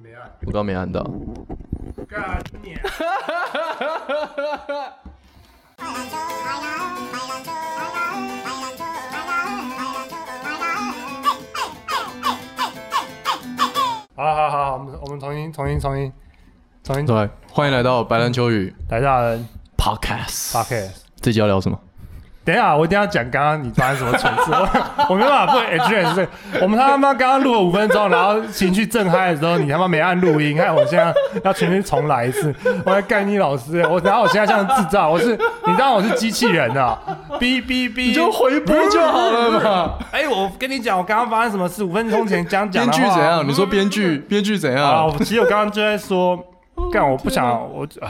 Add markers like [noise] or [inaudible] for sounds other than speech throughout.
没按，我刚没按到。干你！好了好了好了，我们我们重新重新重新重新对，欢迎来到白兰秋雨来大人 Podcast。 p o c k e t 这集要聊什么？等一下，我一定要讲刚刚你发生什么蠢事， [laughs] 我我没办法不 address 这个。我们他妈刚刚录了五分钟，然后情绪正嗨的时候，你他妈没按录音，害我现在要重新重来一次。我在干你老师，我然后我现在像智障，我是你当我是机器人啊？哔哔哔，你就回播就好了嘛。 [laughs] 哎、我跟你讲，我刚刚发生什么事？五分钟前讲讲编的剧话怎样？你说编剧，编剧怎啊？样？我其实我刚刚就在说，干我不想，我唉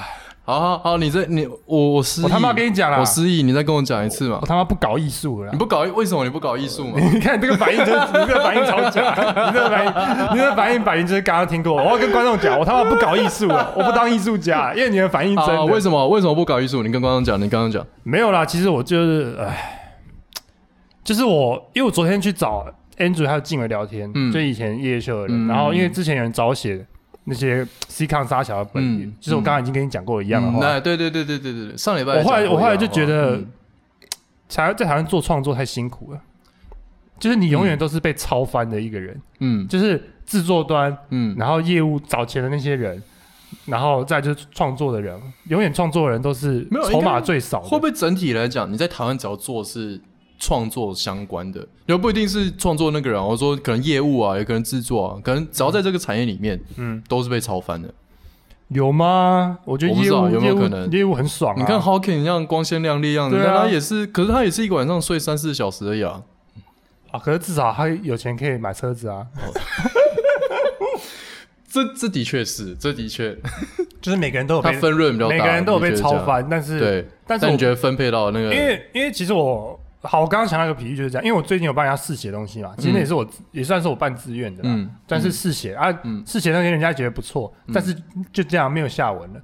好好好，你这你我我失忆，我他妈跟你讲啦我失忆，你再跟我讲一次嘛我。他妈不搞艺术了你。不搞为什么你不搞艺术 [laughs] 嘛？你看这个反应，就是你这个反应超 [laughs] 假，你这个反应，你这个反应反应就是刚刚听过。我要跟观众讲，我他妈不搞艺术了， [laughs] 我不当艺术家，因为你的反应真啊，的。为什么为什么不搞艺术？你跟观众讲，你刚刚讲，没有啦，其实我就是，唉，就是我，因为我昨天去找 Andrew 还有静伟聊天，嗯就以前夜秀的人，嗯然后因为之前有人找我写那些 C 抗沙小的本子，嗯就是我刚刚已经跟你讲过一样的嗯话，那对对对对对对对，上礼拜我后来讲过我后来一样就的觉得话嗯台在台湾做创作太辛苦了，就是你永远都是被超翻的一个人，嗯就是制作端，嗯，然后业务找钱的那些人。然后再就是创作的人，永远创作的人都是没有应该筹码最少的，会不会整体来讲，你在台湾只要做是创作相关的，又不一定是创作那个人，我哦说可能业务啊，也可能制作啊，可能只要在这个产业里面，嗯嗯，都是被超翻的。有吗？我觉得我不业知道务有没业有务可能业务很爽、啊。你看 Hawking 一样光鲜亮丽样子，对啊但他也是，可是他也是一个晚上睡三四小时而已啊。啊，可是至少他有钱可以买车子啊，这这的确是，这的确，就是每个人都有他被分润比较大，每个人都有被的确是这超样。翻，但是对，但是但我你觉得分配到那因个，为因为其实我好，我刚刚想到一个比喻就是这样，因为我最近有帮人家试写东西嘛，其实那也是我、也算是我办自愿的啦，嗯但是试写、啊，嗯试写那天人家觉得不错，嗯但是就这样没有下文了，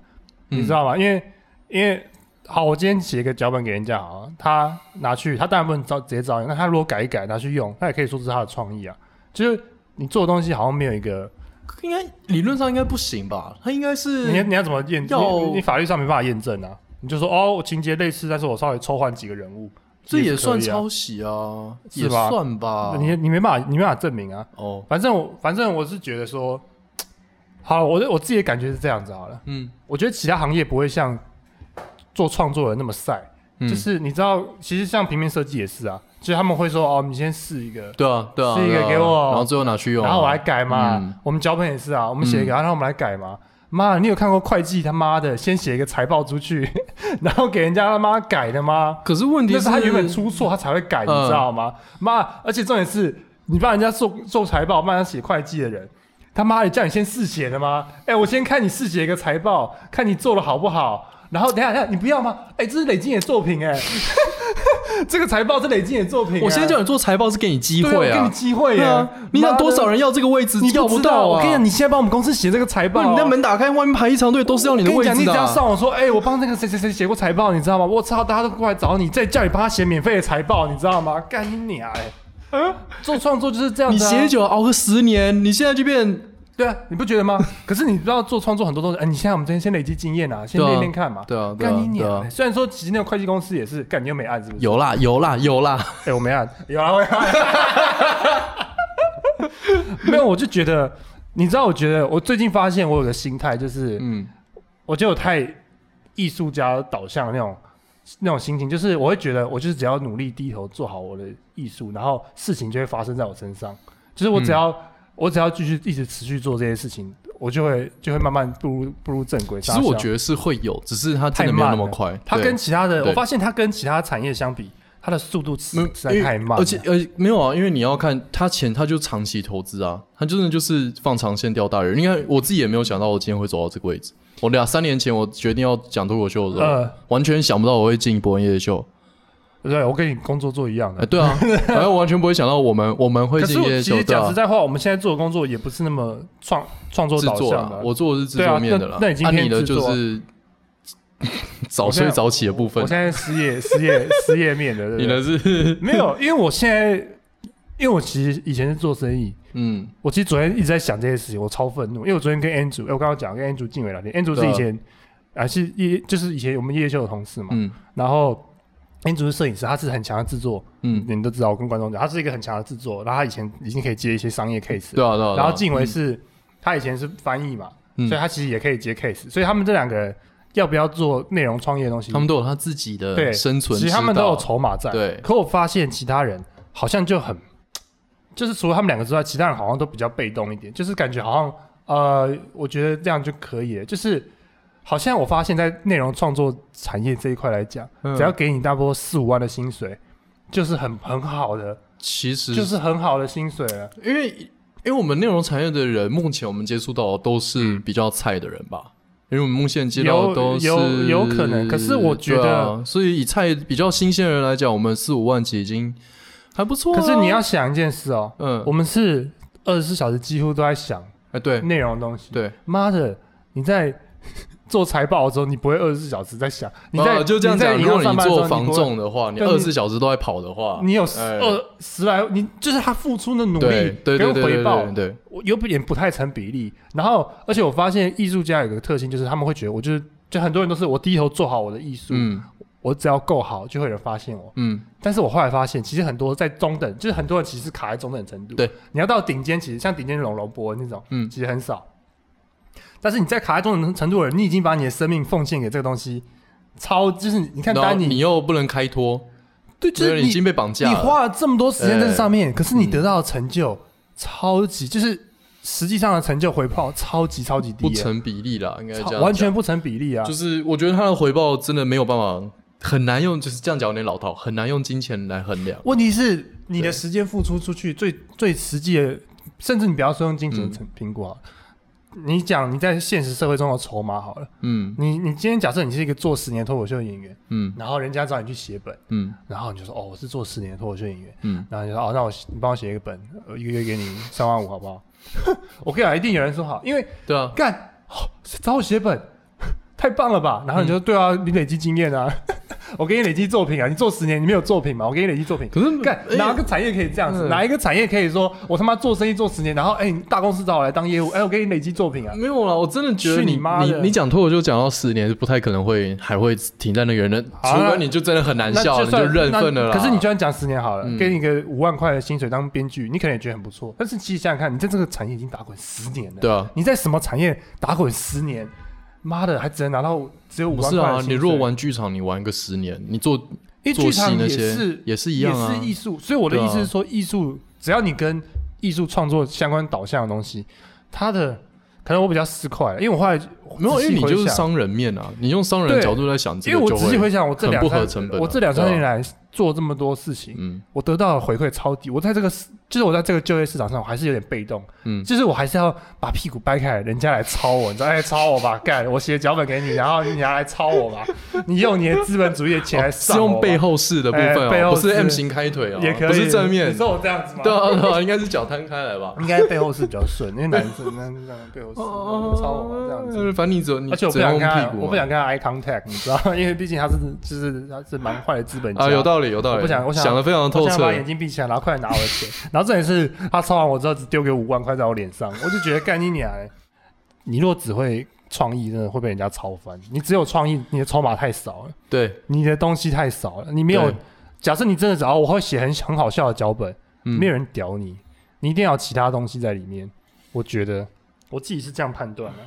嗯你知道吗？因为因为好，我今天写一个脚本给人家好了，他拿去，他当然不能照直接照用，那他如果改一改拿去用，他也可以说是他的创意啊，就是你做的东西好像没有一个。应该理论上应该不行吧？他应该是你你要怎么验证？要你你法律上没办法验证啊！你就说哦，情节类似，但是我稍微抽换几个人物，这也是可算以啊抄袭啊，是也吧算吧？你你没办法，你没办法证明啊。哦，反正我反正我是觉得说，好，我的我自己的感觉是这样子好了。嗯，我觉得其他行业不会像做创作人那么晒，嗯就是你知道，其实像平面设计也是啊，就是他们会说哦，你先试一个，对啊，对啊，是一个对啊给我然后最后拿去用啊，然后我来改嘛。嗯我们脚本也是啊，我们写一个，然后我们来改嘛。妈，你有看过会计他妈的先写一个财报出去， [laughs] 然后给人家他妈改的吗？可是问题那是他原本出错，他才会改，嗯你知道吗？妈，而且重点是你帮人家做做财报，帮人家写会计的人，他妈的叫你先试写的吗？哎、我先看你试写一个财报，看你做的好不好。然后等一下，等一下，你不要吗？哎、这是累积你的作品哎、 [laughs] 这个财报是累积你的作品、我现在就叫你做财报是给你机会啊对我给啊你，机会耶、对啊，你想多少人？人要这个位置，你要不知到道，啊！我跟你讲，你现在帮我们公司写这个财报不啊，然你那门打开，外面排一长队都是要你我的跟你位讲，你置只的要上啊。网说，哎、我帮那个谁谁谁写过财报，你知道吗？我操，大家都过来找你，再叫你帮他写免费的财报，你知道吗？干你娘哎、做创作就是这样啊你子、啊，写久了熬个十年，你现在就变对啊，你不觉得吗？可是你知道做创作很多东西，哎、你现在我们先先累积经验啊，先对啊练练看嘛。对啊，对干啊你，对娘、啊哎，虽然说其实那个会计公司也是，干你又没按是不是？有啦，有啦，有啦，哎、我没按，有啊，我有按。 [laughs] 没有，我就觉得，你知道，我觉得我最近发现我有个心态就是，嗯我就有太艺术家导向的那种那种心情，就是我会觉得我就是只要努力低头做好我的艺术，然后事情就会发生在我身上。就是我只嗯要、我只要继续一直持续做这些事情，我就会就会慢慢步入步入正轨。 [laughs] 其实我得觉得是会有，只是它太真的没有慢那么了快。它对跟其他的，对我发现它跟其他产业相比，它的速度实没有实在太慢了。而且而且没有啊，因为你要看他钱，他就长期投资啊，他真的就是放长线钓大鱼。你看我自己也没有想到我今天会走到这个位置。我俩三年前我决定要讲脱口秀的时候，呃完全想不到我会进博恩夜秀。对，我跟你工作做一样的。哎、对 [laughs] 啊，反正我完全不会想到我们我们会可是进我夜其秀实对讲啊实，在话，我们现在做的工作也不是那么创创作制导作向啦的。，我做的是制对啊作面的啦。那那已经啊、偏你的制就作啊是 [laughs] 早我现在睡早起的部分 [laughs] 我，现在失业失业失业面的，对不对啊你的是没有，因为我现在因为我其实以前是做生意，嗯，我其实昨天一直在想这些事情，我超愤怒，因为我昨天跟 Andrew，哎我刚刚讲跟 Andrew 静伟聊天，Andrew 是对啊以前啊是夜就是以前我们夜秀的同事嘛，嗯然后 Andrew 是摄影师，他是很强的制作，嗯，你们都知道，我跟观众讲，他是一个很强的制作，然后他以前已经可以接一些商业 case，了、对啊对啊。对啊然后静伟，是、他以前是翻译嘛，嗯所以他其实也可以接 case，所以他们这两个人要不要做内容创业的东西，他们都有他自己的对生存之其道，实啊他们都有筹码在，对可我发现其他人好像就很，就是除了他们两个之外，其他人好像都比较被动一点，就是感觉好像呃，我觉得这样就可以了，就是好像我发现，在内容创作产业这一块来讲，嗯只要给你大波四五万的薪水，就是很很好的，其实就是很好的薪水了。因为因为我们内容产业的人，目前我们接触到的都是比较菜的人吧。因为我们目前接到的都嗯是有有有可能可是我觉得对啊所以以菜比较新鲜的人来讲，我们四五万起已经还不错啊、可是你要想一件事哦，嗯我，们是二十四小时几乎都在想哎对内容的东西，对，妈的，你在 [laughs] 做财报的时候，你不会二十四小时在想，你在、啊就这样讲。你在如果银行上你班的时做候房不会，仲的话，你对二你十四小时都在跑的话，你有十哎二十来，你就是他付出的努对力对对对跟对对回报对，对，我有点不太成比例。然后，而且我发现艺术家有个特性，就是他们会觉得我就是。就很多人都是我低头做好我的艺术，嗯我只要够好，就会有人发现我。嗯，但是我后来发现，其实很多在中等，就是很多人其实是卡在中等程度。对，你要到顶尖，其实像顶尖龙龙博那种，嗯其实很少。但是你在卡在中等程度的人，你已经把你的生命奉献给这个东西，超就是你看然后丹尼，你又不能开脱，对，就因是为你已经你被绑架你了。花了这么多时间在这上面，可是你嗯得到的成就超级，就是实际上的成就回报超级超级低耶，不成比例啦，应该这超样讲完全不成比例啊就！是我觉得它的回报真的没有办法，很难用，就是这样讲有点老套，很难用金钱来衡量。问题是你对的时间付出出去最最实际的，甚至你不要说用金钱成评估啊，你讲你在现实社会中的筹码好了，嗯你你今天假设你是一个做十年脱口秀演员，嗯然后人家找你去写本，嗯然后你就说哦我是做十年脱口秀演员，嗯，然后你就说哦那我你帮我写一个本，呃一个月给你三万五好不好？我跟你讲，一定有人说好，因为对啊，干、哦找我写本，太棒了吧？然后你嗯就说、对啊，你累积经验啊， [laughs] 我给你累积作品啊，你做十年你没有作品嘛，我给你累积作品。可 [laughs] 是干哎哪个产业可以这样子？嗯哪一个产业可以说我他妈做生意做十年，然后哎、你大公司找我来当业务，哎、我给你累积作品啊？没有啦，我真的觉得去你你妈你的你讲脱口秀讲到十年是不太可能会还会停在那个人的，好除那非你就真的很难那笑，你就算认份了啦。那可是你居然讲十年好了，嗯给你个五万块的薪水当编剧，你可能也觉得很不错。但是其实想想看，你在这个产业已经打滚十年了，对啊，你在什么产业打滚十年？妈的，还只能拿到只有五不万是块的啊，薪你水若玩剧场，你玩个十年，你做因为做剧戏场那也些是也是一样啊也是艺术。所以我的对啊意思是说，艺术、只要你跟艺术创作相关导向的东西，它的可能我比较失快，因为我后来没有，因为你仔细就是回想商人面啊，你用商人对角度在想这因个为我就仔细会回想，我这两很不合三成本啊我这两三对啊年来做这么多事情，嗯我得到的回馈超低。我在这个市就是我在这个就业市场上，我还是有点被动，嗯就是我还是要把屁股掰开来，人家来抄我，你知道？哎，抄我吧，干！我写脚本给你，然后你拿来抄我吧，你用你的资本主义的钱来哦是上我吧用背后式的部分哎背哦，后不是式 M 型开腿哦，也可以，不是正面你，说我这样子吗？对啊，对啊，应该是脚摊开来吧。 [laughs] 应该背后是比较顺，因为男生那那背哦后是超我这样子。反正你只有你哦而且我不只能想用跟他屁，股嘛，啊我不想跟他 eye contact，你知道吗，因为毕竟他是就是他是蛮坏的资本家。啊，有道理，有道理，我不想我想想的非常我透现在彻把，眼睛闭起来，然后快点拿我的钱。 [laughs] 然后这也是他抄完我之后只丢给我五万块在我脸上，我就觉得干你娘欸！你若只会创意，真的会被人家抄翻。你只有创意，你的筹码太少了，对，你的东西太少了，你没有对。假设你真的只要我会写很很好笑的脚本，嗯没有人屌你，你一定要有其他东西在里面。我觉得我自己是这样判断的、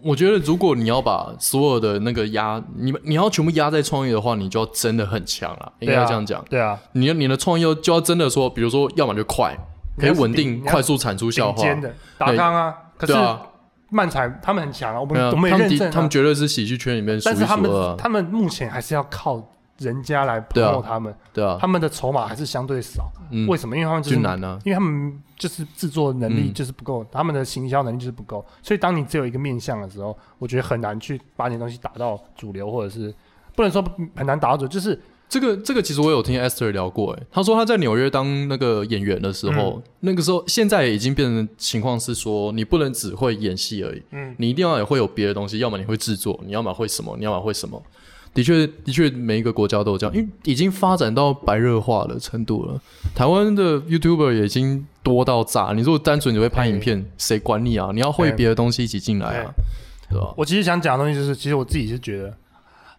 我觉得如果你要把所有的那个压，你们你要全部压在创业的话，你就要真的很强了，应对啊该这样讲。对啊，你你的创业就要真的说，比如说，要么就快，可以稳你定、要是顶快速产出笑顶话，尖的达康啊，可是对啊，漫才他们很强啊，我对们、啊我们也他们认的证、他啊们，绝对是喜剧圈里面数但一是他数们二啊，他们目前还是要靠人家来对啊 promote 他们，对啊，他们的筹码还是相对少。嗯，为什么？因为他们就是就难啊，因为他们就是制作能力嗯就是不够，他们的行销能力就是不够，所以当你只有一个面向的时候，我觉得很难去把你的东西打到主流，或者是不能说很难打到主流，就是这个这个其实我有听 Esther 聊过，哎，她说她在纽约当那个演员的时候，那个时候现在已经变成情况是说，你不能只会演戏而已，嗯你一定要也会有别的东西，要么你会制作，你要么会什么，你要么会什么。的确，的确，每一个国家都有这样，因为已经发展到白热化的程度了。台湾的 YouTuber 也已经多到炸。你如果单纯只会拍影片，谁管你啊？你要会别的东西一起进来啊，对吧？我其实想讲的东西就是，其实我自己是觉得，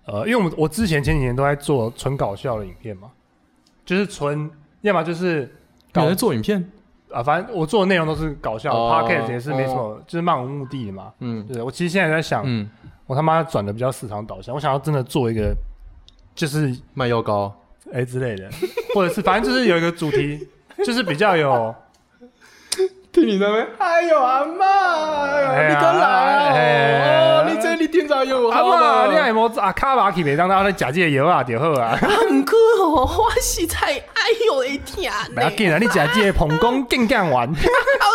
呃，因为我们我之前前几年都在做纯搞笑的影片嘛，就是纯，要么就是你搞在做影片，啊，反正我做的内容都是搞笑、哦 p o d c a s t 也是没什么，就是漫无目的的嘛。嗯对，我其实现在在想，嗯，我他妈转的比较市场导向，我想要真的做一个，就是卖药膏，哎、之类的， [laughs] 或者是反正就是有一个主题，就是比较 [laughs] 有。啊听你那边，哎呦阿妈哎呀哎哦里店长有阿妈，你还没啊卡巴去袂当，然后假借油啊就好啊。毋过吼，我实在哎哟会疼不要呢。紧啊，你假借捧公更干完。头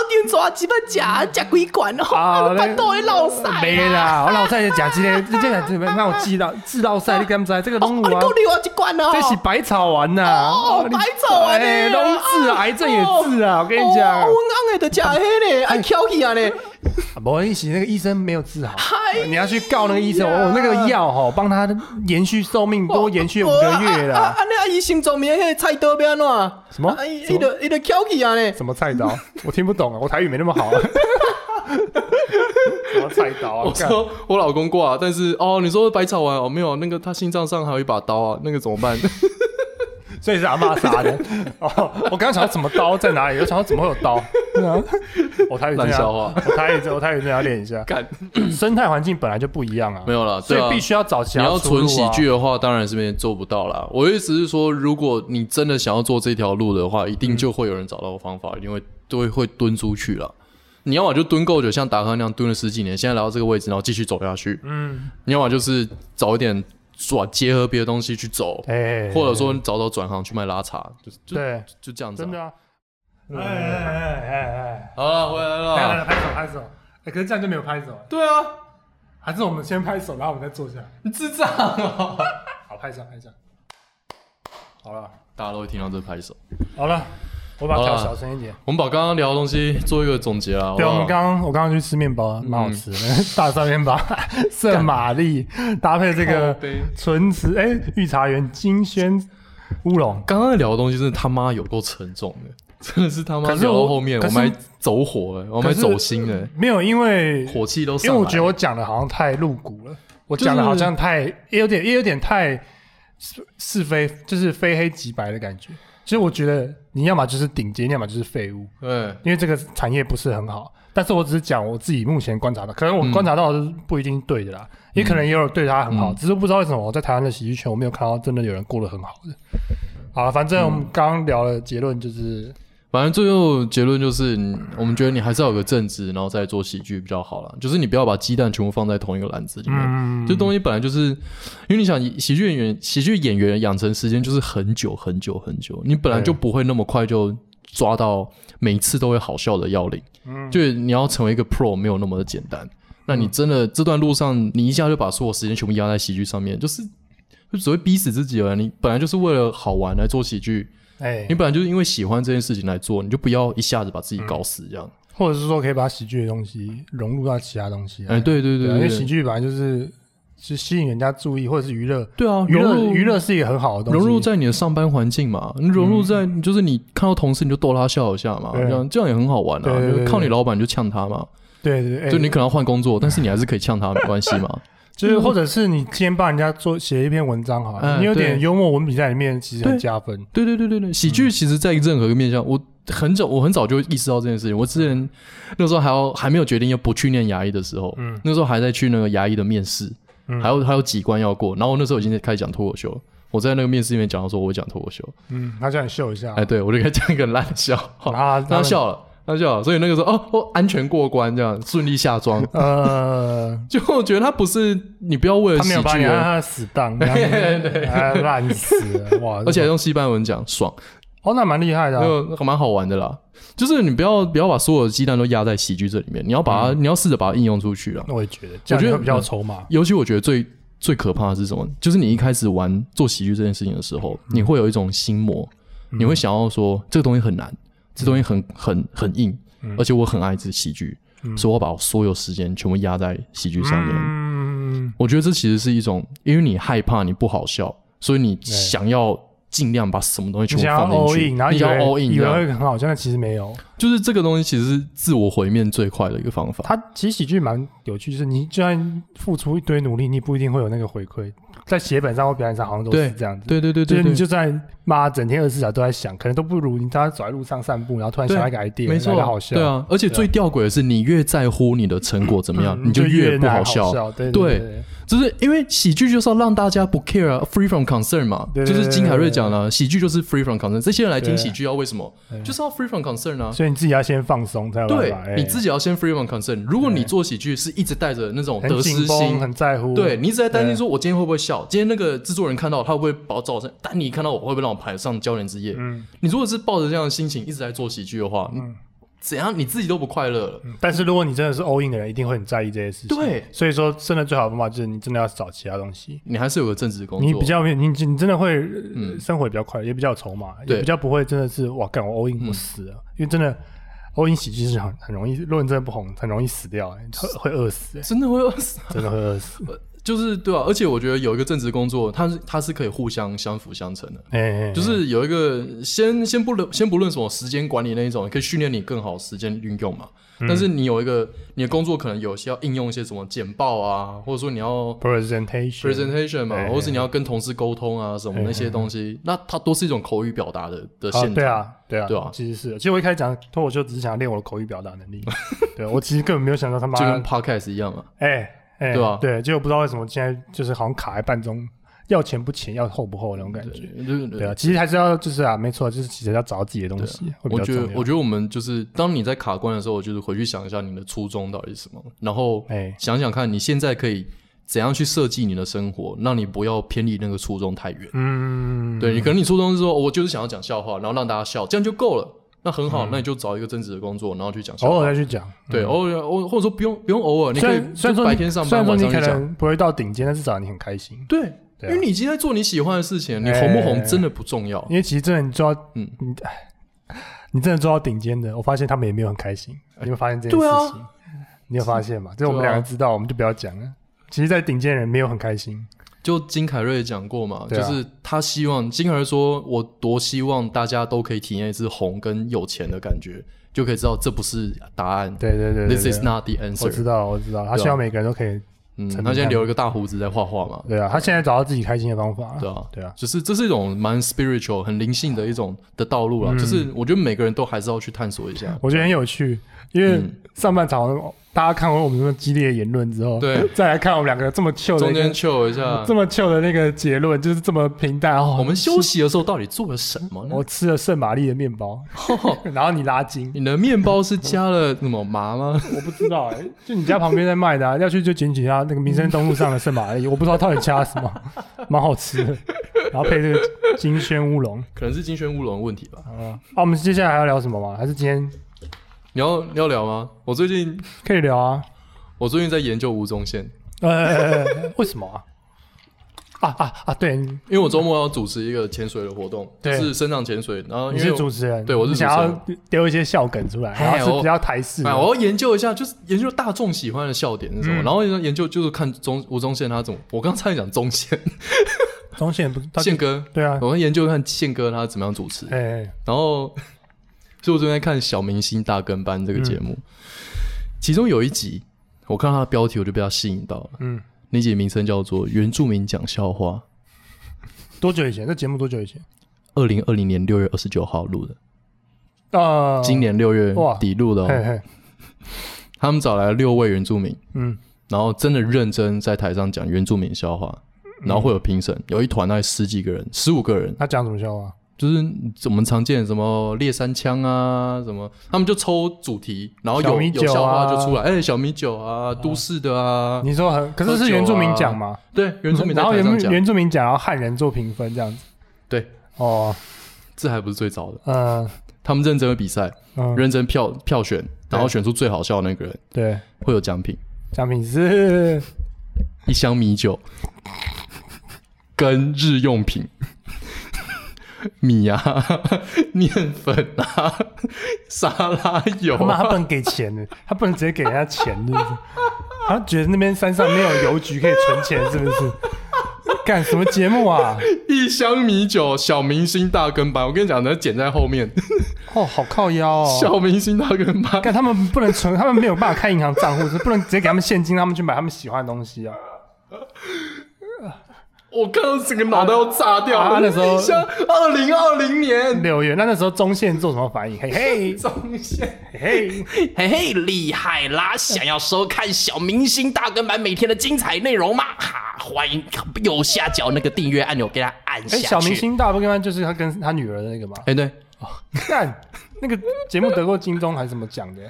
顶蛇只要食食几罐哦， [laughs] 啊啊，巴肚会漏屎啊。没啦，我老在假鸡嘞，你这样子让我记到记到赛，你敢不知？这个哦，东你吴啊讲，另外一罐哦。这是百草丸呐、哦，你白走啊哎，你。拢治啊，癌症也治啊，我跟你讲哦，，阮翁的就食迄个，爱翘起啊嘞。某一起那个医生没有治好，哎呀你要去告那个医生，哎哦，那个药哈，帮他延续寿命多延续五个月啊啊啦。啊，那阿姨心脏面迄个菜刀要安怎么？什么啊伊什么伊就伊就翘起啊嘞。什么菜刀？我听不懂啊，我台语没那么好、啊。什么菜刀啊？我说我老公挂，但是哦，你说百草丸哦，没有那个他心脏上还有一把刀啊，那个怎么 [laughs] 办？干所以是阿妈杀的。哦，我刚刚想到什么刀在哪里，我想到怎么会有刀？对啊我台语真烂的要笑话，我台语真我台语真的要练一下。干生态环境本来就不一样啊，没有啦，所对啊以必须要找其你他要出路纯啊喜剧的话，当然是没做不到啦。我的意思是说，如果你真的想要做这条路的话，一嗯定就会有人找到方法，一定会都会会蹲出去了。你要么就蹲够久，像达康那样蹲了十几年，现在来到这个位置，然后继续走下去；嗯，你要么就是找一点转结合别的东西去走，哎，或者说你早早转行去卖拉茶，就就对，就这样子、真的啊。啊，哎哎哎好了，回来哎哎，来来了。来，拍手拍手，哎，可是这样就没有拍手，对啊，还是我们先拍手，然后我们再坐下，你智障啊！好，拍手拍手，好了 [laughs] 大家都会听到这拍手。好了，我把它好调啦小声一点。我们把刚刚聊的东西做一个总结啊。对，我好不好们刚刚我刚刚去吃面包嗯啊，蛮好吃的，大蒜 [laughs] 面包，圣玛丽搭配这个靠背纯瓷哎御茶园金萱乌龙，刚刚聊的东西真的他妈有够沉重的， [laughs] 真的是他妈可是聊我到后面，可我是们还走火了，我们可还是走心了，没有因为火气都因上为来了。我觉得我讲的好像太露骨了，我就是讲的好像太也有点也有点太是是非就是非黑即白的感觉。其实我觉得你要么就是顶尖，要么就是废物，对，因为这个产业不是很好。但是我只是讲我自己目前观察到，可能我嗯观察到的是不一定对的啦，也可能也有对他很好，嗯只是不知道为什么我在台湾的喜剧圈我没有看到真的有人过得很好的。好了，反正我们刚刚聊的结论就是，反正最后结论就是，嗯我们觉得你还是要有个正职，然后再做喜剧比较好啦。就是你不要把鸡蛋全部放在同一个篮子里面。嗯，这东西本来就是，因为你想喜剧演员，喜剧演员养成时间就是很久很久很久，你本来就不会那么快就抓到每次都会好笑的要领，嗯就是你要成为一个 pro 没有那么的简单。那你真的这段路上，你一下就把所有时间全部压在喜剧上面，就是就只会逼死自己了。啊你本来就是为了好玩来做喜剧，哎你，本来就是因为喜欢这件事情来做，你就不要一下子把自嗯己搞死这样。或者是说可以把喜剧的东西融入到其他东西来，哎、对对对对啊因为喜对，剧本来就是是吸引人家注意，或者是娱乐，对啊，娱乐融入娱乐是一个很好的东西。嗯融入在你的上班环境嘛，你融入在、就是你看到同事你就逗他笑一下嘛，对这样这样也很好玩啊。对对对就是靠你老板就呛他嘛，对对对，就哎你可能要换工作，但是你还是可以呛他，没关系嘛。就是或者是你先帮人家做写一篇文章好了，嗯你有点对幽默文笔在里面，其实很对加分。对对对对对，喜剧其实在任何一个面向，我很早我很早就意识到这件事情。我之前那时候还要还没有决定要不去念牙医的时候，嗯那时候还在去那个牙医的面试，嗯还有还有几关要过。然后我那时候已经开始讲脱口秀了，我在那个面试里面讲到说我会讲脱口秀，嗯，他叫你秀一下，哎，对我就给他讲一个烂笑话，啊，。他笑了，他笑了，所以那个时候哦，哦，安全过关，这样顺利下妆 [laughs] 呃，就我觉得他不是你不要为了他没喜有把你剧让而，他死当，这样 [laughs] 子哎烂死了哇！而且还用西班牙文讲，爽，哦，那蛮厉害的啊，就蛮好玩的啦。就是你不要不要把所有的鸡蛋都压在喜剧这里面，你要把嗯它，你要试着把它应用出去啊。那我也觉得，这样我觉得你会比较有筹码。尤其我觉得最最可怕的是什么？就是你一开始玩做喜剧这件事情的时候，嗯你会有一种心魔，嗯你会想要说这个东西很难，这东西嗯很很很硬，而且我很爱这喜剧，所以我把我所有时间全部压在喜剧上面。嗯，嗯，我觉得这其实是一种，因为你害怕你不好笑，所以你想要尽量把什么东西全你部想要放进 all 去， in，然后你以想要为 all in，以这为样会很好笑，但其实没有。就是这个东西其实是自我毁灭最快的一个方法。它其实喜剧蛮有趣，就是你就算付出一堆努力，你不一定会有那个回馈。在写本上或表演上，好像都是这样子。对对对就对是对，你就算妈整天二十四小时都在想，可能都不如你大家走在路上散步，然后突然想到一个 idea，没错来个好笑，对，啊。而且最吊诡的是，你越在乎你的成果怎么样，你嗯就越不难好好笑。对对对，就是因为喜剧就是要让大家不 care 啊，free from concern 嘛，对对就是金凯瑞讲了，喜剧就是 free from concern。这些人来听对喜剧要为什么？对就是要 free from concern 啊。所以你自己要先放松才有办对法。哎，你自己要先 free from concern。如果对你做喜剧是一直带着那种很得紧失绷，心，很在乎，对你一直在担心对说，我今天会不会笑？今天那个制作人看到他会不会把我造成？丹尼看到我会不会让我排上焦点之夜？嗯，你如果是抱着这样的心情一直在做喜剧的话，你怎样你自己都不快乐了。嗯但是如果你真的是 all in 的人，一定会很在意这些事情。对，所以说真的最好的方法就是你真的要找其他东西。你还是有个正职工作，嗯你比较没有你你真的会呃生活也比较快乐，也比较有筹码，也对比较不会真的是哇干我 all in 嗯我死了，因为真的 all in 喜剧是很很容易，如果你真的不红，很容易死掉，哎会会饿死，哎真的会饿死，真的会饿 [laughs] 死。就是对啊。而且我觉得有一个正职工作，它是它是可以互相相辅相成的。哎，就是有一个先先不论先不论什么时间管理那一种，可以训练你更好时间运用嘛。嗯但是你有一个你的工作可能有些要应用一些什么简报啊，或者说你要 presentation， presentation 嘛，哎或是你要跟同事沟通啊什么哎那些东西，那它都是一种口语表达的的啊现，对啊，对啊，对啊其实是，其实我一开始讲脱口秀只是想练我的口语表达 [laughs] 能力，对我其实根本没有想到他妈就跟 podcast 一样啊嘛。哎哎，对吧啊对，结果不知道为什么现在就是好像卡在半中，要前不前，要后不后那种感觉。对对啊对啊，其实还是要就是啊，没错，就是其实要找到自己的东西会比我较觉重要得，。我觉得我们就是当你在卡关的时候，就是回去想一下你的初衷到底是什么，然后哎，想想看你现在可以怎样去设计你的生活，让你不要偏离那个初衷太远。嗯，对你，可能你初衷是说，哦我就是想要讲笑话，然后让大家笑，这样就够了。那很好，那你就找一个正职的工作，然后去讲笑嗯话。偶尔再去讲。对，嗯偶尔偶或者说不用不用偶尔，你虽可以然虽就然说白你天上虽班，然说晚你上可去讲。能不会到顶尖，但至少你很开心。对，因对啊为你已经在做你喜欢的事情，你哎红不红真的不重要。因为其实真的你做到，嗯嗯，你哎你真的做到顶尖的，我发现他们也没有很开心。你有没有发现这件对啊事情？你有发现吗？这我们对啊两个知道，我们就不要讲了。其实，在顶尖的人没有很开心。就金凯瑞讲过嘛，对就啊是他希望金凯瑞说，我多希望大家都可以体验一次红跟有钱的感觉，就可以知道这不是答案对对对对，This 对 is not the 我知 answer。道，我知道，他对啊希望每个人都可以，嗯，承认他现在留了一个大胡子在画画嘛，对啊，他现在找到自己开心的方法了。对啊，对啊，就是这是一种蛮 spiritual、很灵性的一种的道路嗯啦。就是我觉得每个人都还是要去探索一下。我觉得很有趣，因为嗯上半场大家看完我们这么激烈的言论之后，对，再来看我们两个这么糗的中一间个 chill 一下这，么糗的那个结论，就是这么平淡哦。我们休息的时候到底做了什么呢我？吃了圣玛丽的面 [laughs] 包，然后你拉筋，你的面包是加了什么麻吗？我不知道哎、就你家旁边在卖的、啊， [laughs] 要去就捡几下那个民生东路上的圣玛丽，我不知道到底加什么， [laughs] 蛮好吃的，然后配这个金萱乌龙。可能是金萱乌龙的问题吧。嗯，啊，我们接下来还要聊什么吗？还是今天你要你要聊吗？我最近可以聊啊？我最近在研究吴宗宪，呃，为什么啊？啊啊啊！对，你因为我周末要主持一个潜水的活动，对是深藏潜水。然后你因为是我主持人，对我是你想主持要人丢一些笑梗出来，嘿然后是我比较台式的哎，我要研究一下，就是研究大众喜欢的笑点是什么，嗯然后研究就是看中吴宗宪他怎么。我刚才讲宗宪中线不他宪哥，对啊，我要研究看宪哥他怎么样主持。哎，然后，所以我最近在看《小明星大跟班》这个节目，嗯其中有一集，我看到他的标题我就被他吸引到了。嗯，那集名称叫做《原住民讲笑话》。多久以前？这节目多久以前？二零二零年六月二十九号录的，啊，今年六月哇底录的、嘿哦。嘿，他们找来了六位原住民，嗯，然后真的认真在台上讲原住民笑话，嗯然后会有评审，有一团大概十几个人、十五个人，他讲什么笑话？就是我们常见的什么猎山枪啊，什么，他们就抽主题，然后小有米有酒啊哦笑话就出来，哎，小米酒啊，都市的啊，你说很，可是是原住民讲吗？对，原住民在然后台上原讲，原住民讲，然后汉人做评分这样子。对，哦，这还不是最早的，嗯他们认真的比赛，嗯，认真票票选，然后选出最好笑的那个人，对，会有奖品，奖品是一箱米酒，跟日用品，米啊，面粉啊，沙拉油他妈啊、他不能给钱的，他不能直接给人家钱的，他觉得那边山上没有邮局可以存钱，是不是？干什么节目啊？一箱米酒，小明星大跟班。我跟你讲，那剪在后面，哦，好靠腰哦！小明星大跟班。干他们不能存，他们没有办法开银行账户，是不能直接给他们现金，让他们去买他们喜欢的东西啊。我看到整个脑袋要炸掉。啊啊那时候一箱二零二零年，六月，那那时候中线做什么反应？嘿嘿中线。嘿嘿，嘿嘿，厉害啦！想要收看小明星大跟版每天的精彩内容吗？哈，欢迎右下角那个订阅按钮给他按下哎，去。小明星大不跟班就是他跟他女儿的那个嘛。哎，对，干，那个节目得过金钟还是什么奖的？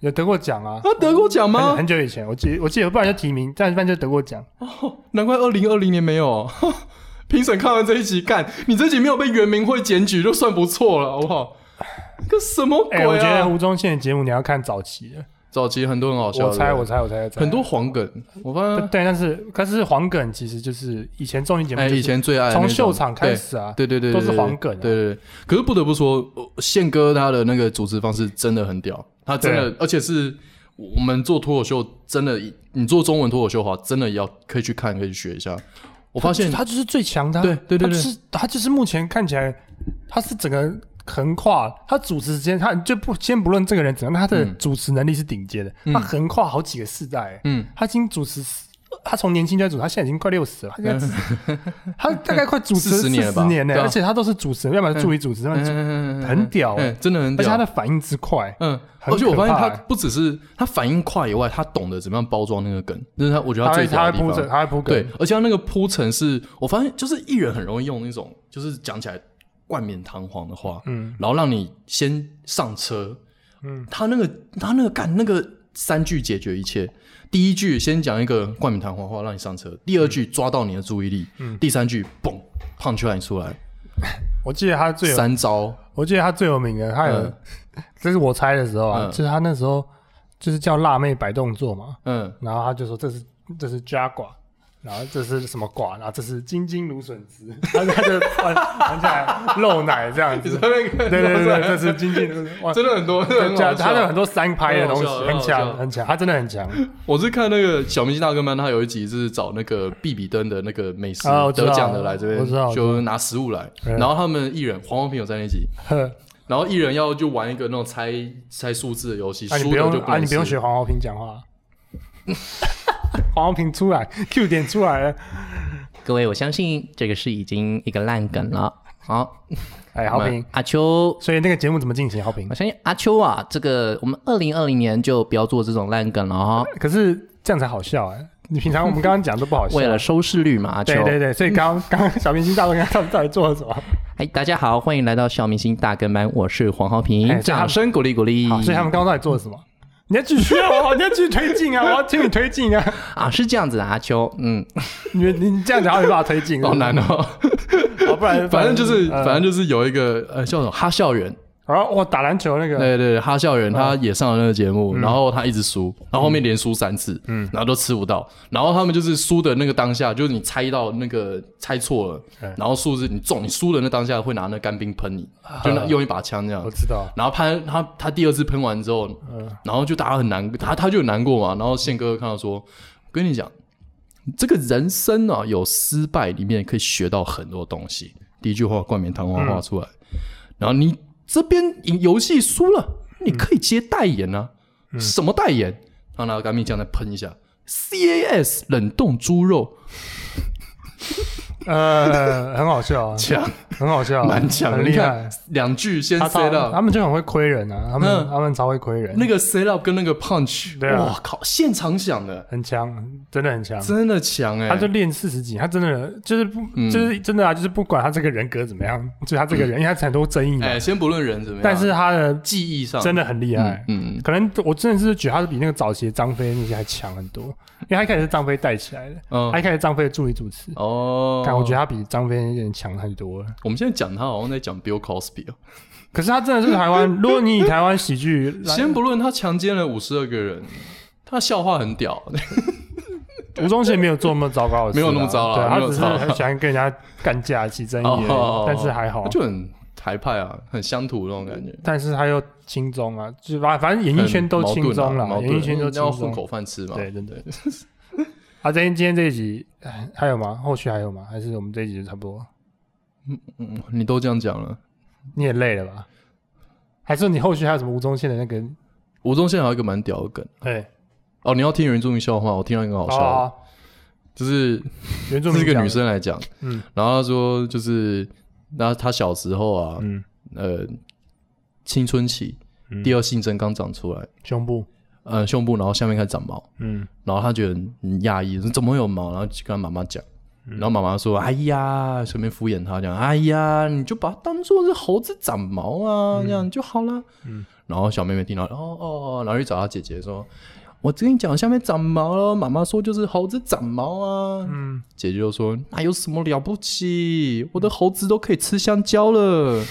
有得过奖啊？他得过奖很吗？很久以前，我记我记得，不然就提名，但一般就得过奖。难怪二零二零年没有。 [laughs] 评审看完这一集，干，你这集没有被原民会检举就算不错了，好 [laughs] 不好？个什么鬼哎、我觉得啊！吴宗宪的节目你要看早期的，早期很多很好笑，我猜，对我不对猜，我猜，我猜，很多黄梗，我发对，现对但是但是黄梗其实就是以前综艺节目、哎，以前最爱的那从种秀场开对始啊，对对对，都是对对黄梗啊对对对，可是不得不说，呃宪哥他的那个主持方式真的很屌，他真的，而且是我们做脱口秀，真的，你做中文脱口秀的话，真的要可以去看，可以学一下。我发现他就是最强的啊、对对对他对就是他就是目前看起来他是整个横跨他主持之间，他就不先不论这个人怎样，他的嗯主持能力是顶尖的，他横跨好几个世代、欸嗯，他已经主持四。他从年轻就在主持，他现在已经快六十了。他现在 [laughs] 他大概快主持40年了吧40年呢、欸对啊而且他都是主持人，要么是助理主持人，要么是嗯很屌欸嗯真的很而且屌，他的反应之快，嗯，很而且我发现可怕他欸不只是他反应快以外，他懂得怎么样包装那个梗，这是他我觉得他最会屌他的会地铺方梗，。他会铺梗，对，，而且他那个铺陈是，我发现就是艺人很容易用那种，就是讲起来冠冕堂皇的话，嗯，然后让你先上车，嗯，他那个他那个干那个三句解决一切，第一句先讲一个冠冕堂皇话让你上车，第二句抓到你的注意力，嗯，第三句嘣胖出来出来，我记得他最有，三招，我记得他最有名的，他有，嗯这是我猜的时候啊，嗯就是他那时候就是叫辣妹摆动作嘛，嗯，然后他就说这是这是 Jaguar，然后这是什么瓜，然后这是金金芦笋汁，然后他就玩玩起来露奶这样 [laughs] 子，那对个对对对，这是金金芦笋，哇， [laughs] 真的很多，真的很加好他有笑很多三拍的东西很很好，笑很好强笑很强，他真的很强，我是看那个《小明星大跟班》，他有一集是找那个比比登的那个美食啊我知道得奖的来这我知道我边，知道就拿食物来。嗯然后他们艺人黄黄平有在那集，呵，然后艺人要就玩一个那种猜猜数字的游戏，啊你输不的用就啊能你不用吃学黄豪平讲话。 [laughs] 黄豪平出来，Q 点出来了。各位，我相信这个是已经一个烂梗了。好，哎，豪平，阿秋，所以那个节目怎么进行？好评我。相信阿秋啊，这个我们二零二零年就不要做这种烂梗了哦哈、 [laughs] 可是这样才好笑哎、你平常我们刚刚讲都不 [laughs] 好笑。为了收视率嘛，阿秋。啊对对对，所以刚刚刚小明星大哥他们到底做了什么？哎，大家好，欢迎来到小明星大跟班，我是黄浩哎这平，他们掌声鼓励鼓嗯励。好，所以他们刚刚到底做了什么？你要继续啊，我你 [laughs] 要继续推进啊，我要听你推进啊。 [laughs] 啊，是这样子的，阿秋，嗯，你你这样子好像没办法推进，啊好难哦。哦，不然反正就是呃反正就是有一个呃叫什么哈校园，然后我打篮球那个，嗯对对对，哈校园他也上了那个节目，然后他一直输，然后后面连输三次，嗯，然后都吃不到，然后他们就是输的那个当下，就是你猜到那个猜错了，嗯然后数字你中，你输的那当下会拿那干冰喷你，就啊那用一把枪这样我。知道。然后喷他他第二次喷完之后，嗯然后就大家很难，他他就很难过嘛。然后宪哥看到说，我跟你讲，这个人生啊，有失败里面可以学到很多东西。第一句话冠冕堂皇话出来，嗯然后你这边赢游戏输了，嗯你可以接代言啊，什么代言？然后拿干面酱再喷一下，CAS 冷冻猪肉呃，很好笑 [laughs] 啊，强，很好笑啊，蛮强的，很你厉看害。两句先他 set 超 up，他们就很会亏人啊，他们嗯他们超会亏人那，个 set up 跟那个 punch，对啊哇靠，现场想的。很强，真的很强。真的强哎、他就练四十几，他真的就是不、嗯就是真的啊，就是不管他这个人格怎么样，就他这个人，因为他很多争议嘛，哎、先不论人怎么样，但是他的记忆上真的很厉害。嗯，嗯可能我真的是觉得他是比那个早期的张飞那些还强很多，因为他一开始是张飞带起来的，嗯他一开始张飞的助理主持，哦，哎但、我觉得他比张飞那些人强太多了。我们现在讲他好像在讲 Bill Cosby 哦。可是他真的是台 [laughs] 湾，如果你以台湾喜剧 [laughs] 来，先不论他强奸了五十二个人，他笑话很屌，吴宗宪没有做那么糟糕的事啊、没有那么糟啦对，没他有只是糟啦很喜欢跟人家干架起争议而已， [laughs] 哦但是还好他，就很台派啊，很乡土那种感觉。但是他又轻中啊，就反反正演艺圈都很轻中矛了，盾啊演艺圈都矛盾要轻混中。口饭吃嘛。对，真的。啊，今天今天这一集哎还有吗？后续还有吗？还是我们这一集就差不多？嗯，你都这样讲了。你也累了吧？还是你后续还有什么吴宗宪的那个？吴宗宪还有一个蛮屌的梗对，哦，你要听原住民笑话，我听到一个好笑的，哦，就是原住这民是个讲女，生来讲，嗯然后她说就是那她小时候啊，嗯，呃，青春期嗯第二性征刚长出来，胸部，呃，胸部，然后下面开始长毛，嗯，然后她觉得很讶异，怎么会有毛？然后就跟她妈妈讲。嗯然后妈妈说：“哎呀，随便敷衍她，讲哎呀，你就把它当做是猴子长毛啊，这样就好了。”嗯，然后小妹妹听到，哦哦，哦，然后去找她姐姐说：“我跟你讲，下面长毛了。”妈妈说：“就是猴子长毛啊。”嗯，姐姐就说：“那有什么了不起？我的猴子都可以吃香蕉 [laughs] 了。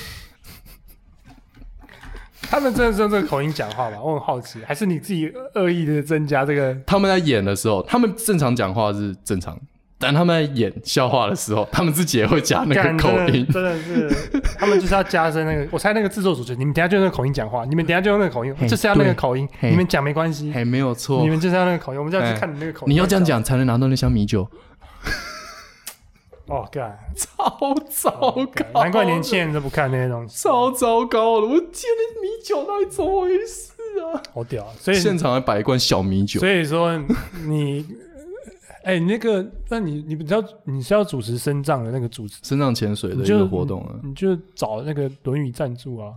他们真的是用这个口音讲话吗？我很好奇，还是你自己恶意的增加这个”？他们在演的时候，他们正常讲话是正常，但他们在演笑话的时候，他们自己也会加那干个口音真的。真的是，他们就是要加深那个。我猜那个制作组织，你们等一下就用那个口音讲话，你们等一下就用那个口音，嘿就是要那个对口音，嘿你们讲没关系，哎，没有错你，们就是要那个口音，我们就要去哎看你那个口音。你要这样讲才能拿到那箱米酒，哦，干，超糟哦干糕，难怪年轻人都不看那些东西，超糟糕了！我天，那米酒到底怎么回事啊？好屌。所以现场还摆一罐小米酒，所以说你， [laughs] 哎、你那个，那你你比较你是要主持深藏的那个主持，身上潜水的你一就个活动啊。你就找那个《论语》赞助啊，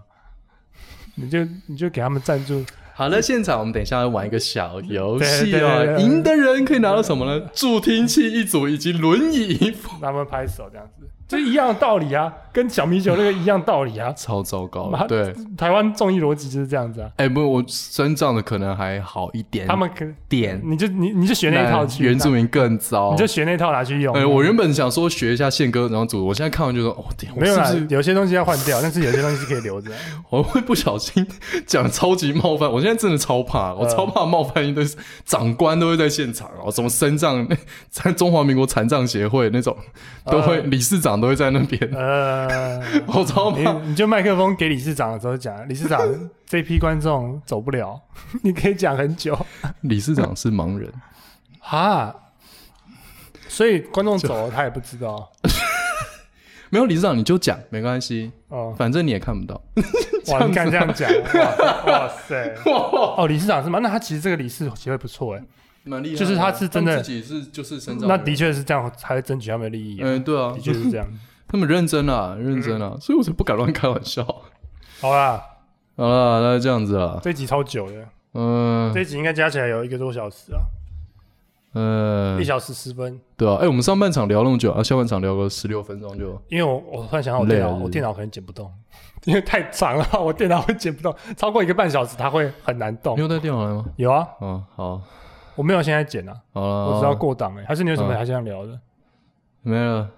[laughs] 你就你就给他们 [laughs] 赞助，好了，现场我们等一下要玩一个小游对戏对对对哦，对赢的人可以拿到什么呢？助听器一组以及轮椅一副，。让他们拍手这样子，就一样的道理啊，跟小米酒那个一样道理啊超糟糕妈的。对，台湾综艺逻辑就是这样子啊，哎，不，我身障的可能还好一点，他们可点你就你你就学那一套去，原住民更糟你。就啊学那套拿去用。哎，我原本想说学一下宪哥，然后组，我现在看完就说，哦天，我没有是啦不是，有些东西要换掉，但是有些东西是可以留 [laughs] 着啊。我会不小心讲超级冒犯，我现在真的超怕，哦我超怕冒犯一堆长官都会在现场哦，什么身障 [laughs] 在中华民国残障协会那种，都会呃理事长都会在那边，呃， [laughs] 我超怕。你你就麦克风给理事长的时候讲，理事 [laughs] 长这批观众走不了， [laughs] 你可以讲很久理事长是盲人，哈。所以观众走了，他也不知道没有理事长你就讲没关系， [laughs] 哦。反正你也看不到。哇，你敢这样讲？哇哇 [laughs] 塞！哦，理事长是吗？那他其实这个理事协会不错哎，蛮厉害的，啊就是他是真的他们自己是就是身障那人，的确是这样，才会争取他们的利益。嗯对啊的，确嗯是这 [laughs] 样。他们认真啊，认真啊，所以我才不敢乱开玩笑。好啦，好了，那就这样子了，这集超久的，嗯这集应该加起来有一个多小时啊，嗯一，小时十分。呃对啊，哎、我们上半场聊那么久啊，下半场聊个十六分钟就因为我我突然想到我电脑，累了是不是我电脑可能剪不动，因为太长了，我电脑会剪不动，超过一个半小时它会很难动你。有带电脑来吗？有啊，哦，好，我没有现在剪啊，好了，我知道过档哎、还是你有什么哦嗯还想聊的？没了。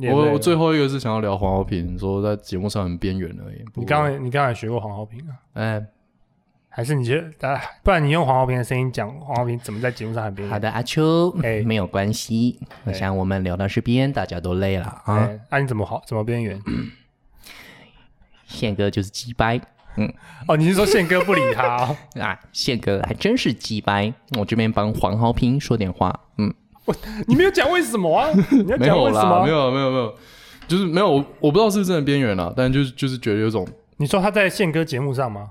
你也累我了我最后一个是想要聊黄浩平，说在节目上很边缘而已。不过你刚才你刚才学过黄浩平啊？哎，呃还是你觉得，哎，不然你用黄浩平的声音讲黄浩平怎么在节目上喊别人？好的，阿秋，哎没有关系。我想我们聊到这边，大家都累了啊。哎，那、你怎么好怎么边缘？宪哥就是鸡掰哦，你是说宪哥不理他、哦？啊，宪哥还真是鸡掰。我这边帮黄豪平说点话，嗯，你没有讲为什么啊？你要 [laughs] 没讲有为什啦，么？啊没。有没有没有，就是没有，我我不知道是不是真的边缘啦，但就是就是觉得有种，你说他在宪哥节目上吗？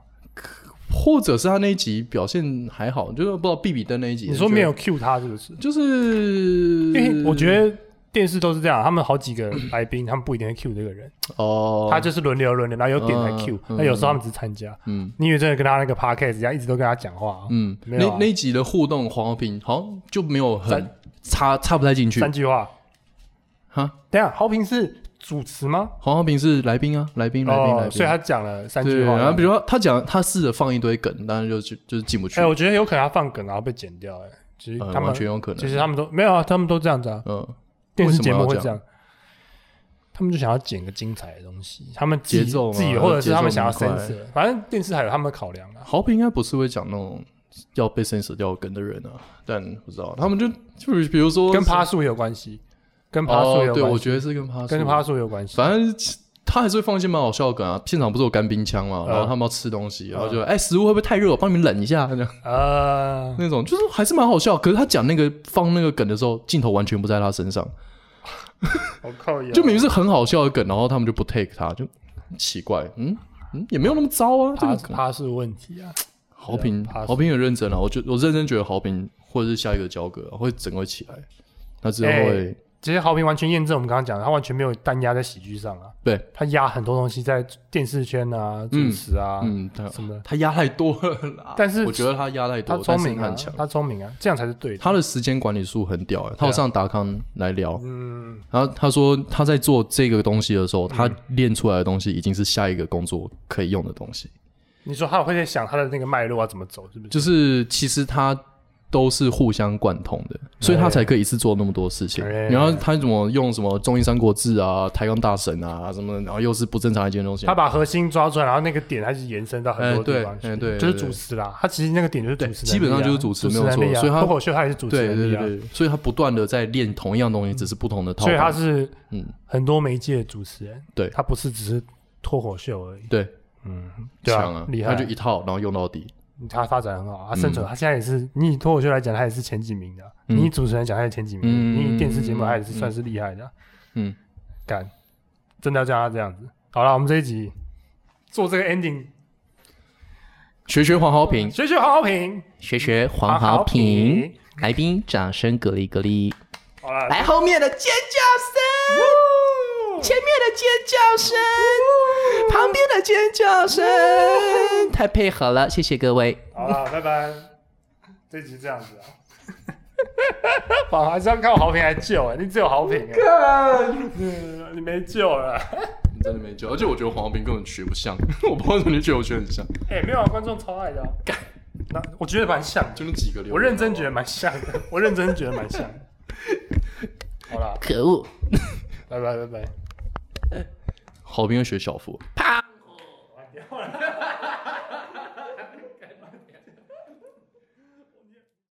或者是他那一集表现还好，就是不知道比比登那一集，你说没有，cue 他是不是？就是因为我觉嗯得电视都是这样，他们好几个来宾，他们不一定会 cue 这个人，哦，他就是轮流轮流，然后有点才 cue，嗯那有时候他们只是参加。嗯你以为真的跟他那个 podcast 一样，一直都跟他讲话啊？嗯，没有啊那那一集的互动黄浩平好像就没有很三插插不太进去三句话。哈。等一下，豪平是主持吗？黄浩平是来宾啊，来宾来宾来哦，宾，所以他讲了三对，句话。然后比如说他讲他试着放一堆梗，但是就就就是进不去，哎、我觉得有可能他放梗然后被剪掉、哎，其实呃他们、完全有可能。其实他们都没有啊，他们都这样子啊，嗯，电视节目会为什么要这样。他们就想要剪个精彩的东西，他们自己节奏嘛自己，或者是他们节奏想要明快 censor，反正电视台有他们的考量啊。豪平应该不是会讲那种要被 censor 掉梗的人啊，但不知道他们就就是比如说跟趴数也有关系，跟趴数也哦，有对，关我系，觉得是跟趴跟趴数有关系。反正他还是会放一些蛮好笑的梗啊。现场不是有干冰枪嗯嘛，然后他们要吃东西，然后就哎、食物会不会太热？我帮你们冷一下，这样呃，那种就是还是蛮好笑。可是他讲那个放那个梗的时候，镜头完全不在他身上，嗯我靠，就明明是很好笑的梗，然后他们就不 take 他，就奇怪，嗯嗯，也没有那么糟啊。这他个梗他是问题啊，好评怕死好评很认真啊，我觉我认真觉得好评或者是下一个交割啊会整个起来，那之后会、其实豪平完全验证我们刚刚讲的，他完全没有单压在喜剧上啊，对，他压很多东西在电视圈啊、主持啊、嗯，他什么的。他压太多了啦。 [laughs] 但是我觉得他压太他多，聪明啊但是他很，强。他聪明啊，这样才是对的。他的时间管理术很屌、欸，他有上达康来聊，嗯，然后他说他在做这个东西的时候，他练出来的东西已经是下一个工作可以用的东西，你说他会在想他的那个脉络要怎么走，是不是？就是其实他都是互相贯通的，所以他才可以一次做那么多事情。哎然后他怎么用什么中英三国志啊、台湾大神啊什么的，然后又是不正常的一件东西他。把核心抓出来，然后那个点还是延伸到很多哎对地方去，哎对就是对主持啦。他其实那个点就是主持能力啊，基本上就是主持主持没有错能力啊所以他脱口秀他也是主持对能对力啊，对，所以他不断的在练同一样东西，只是不同的套路。所以他是嗯很多媒介的主持人，对他不是只是脱口秀而已，对对强啊嗯厉他害，就一套然后用到底。他发展很好啊，他生存，他现在也是，你以脱口秀来讲，他也是前几名的啊；你以主持人讲，他也前几名嗯的；你以电视节目，他也是算是厉害的啊。嗯，干，真的要叫他这样子。好了，我们这一集做这个 ending，学学黄豪平，学学好好评，学学好黄好豪平评，来宾掌声格力格力。好了，来后面的尖叫声，前面的尖叫声，旁边的尖叫声。嗯太配合了，谢谢各位。好了，拜拜。这一集这样子啊， [laughs] 哇，还是要靠好评来救哎、你只有好评、欸，嗯 [laughs] 你没救了。你真的没救。而且我觉得黄豪平根本学不像， [laughs] 我不知道为什么你觉得我学很像，哎、没有、啊、观众超爱的、啊，干，那我觉得蛮像的。就那几个流。我认真觉得蛮像的，我认真觉得蛮像的。 [laughs] 好啦，可恶！拜拜拜拜。好评会学小夫。啊完掉了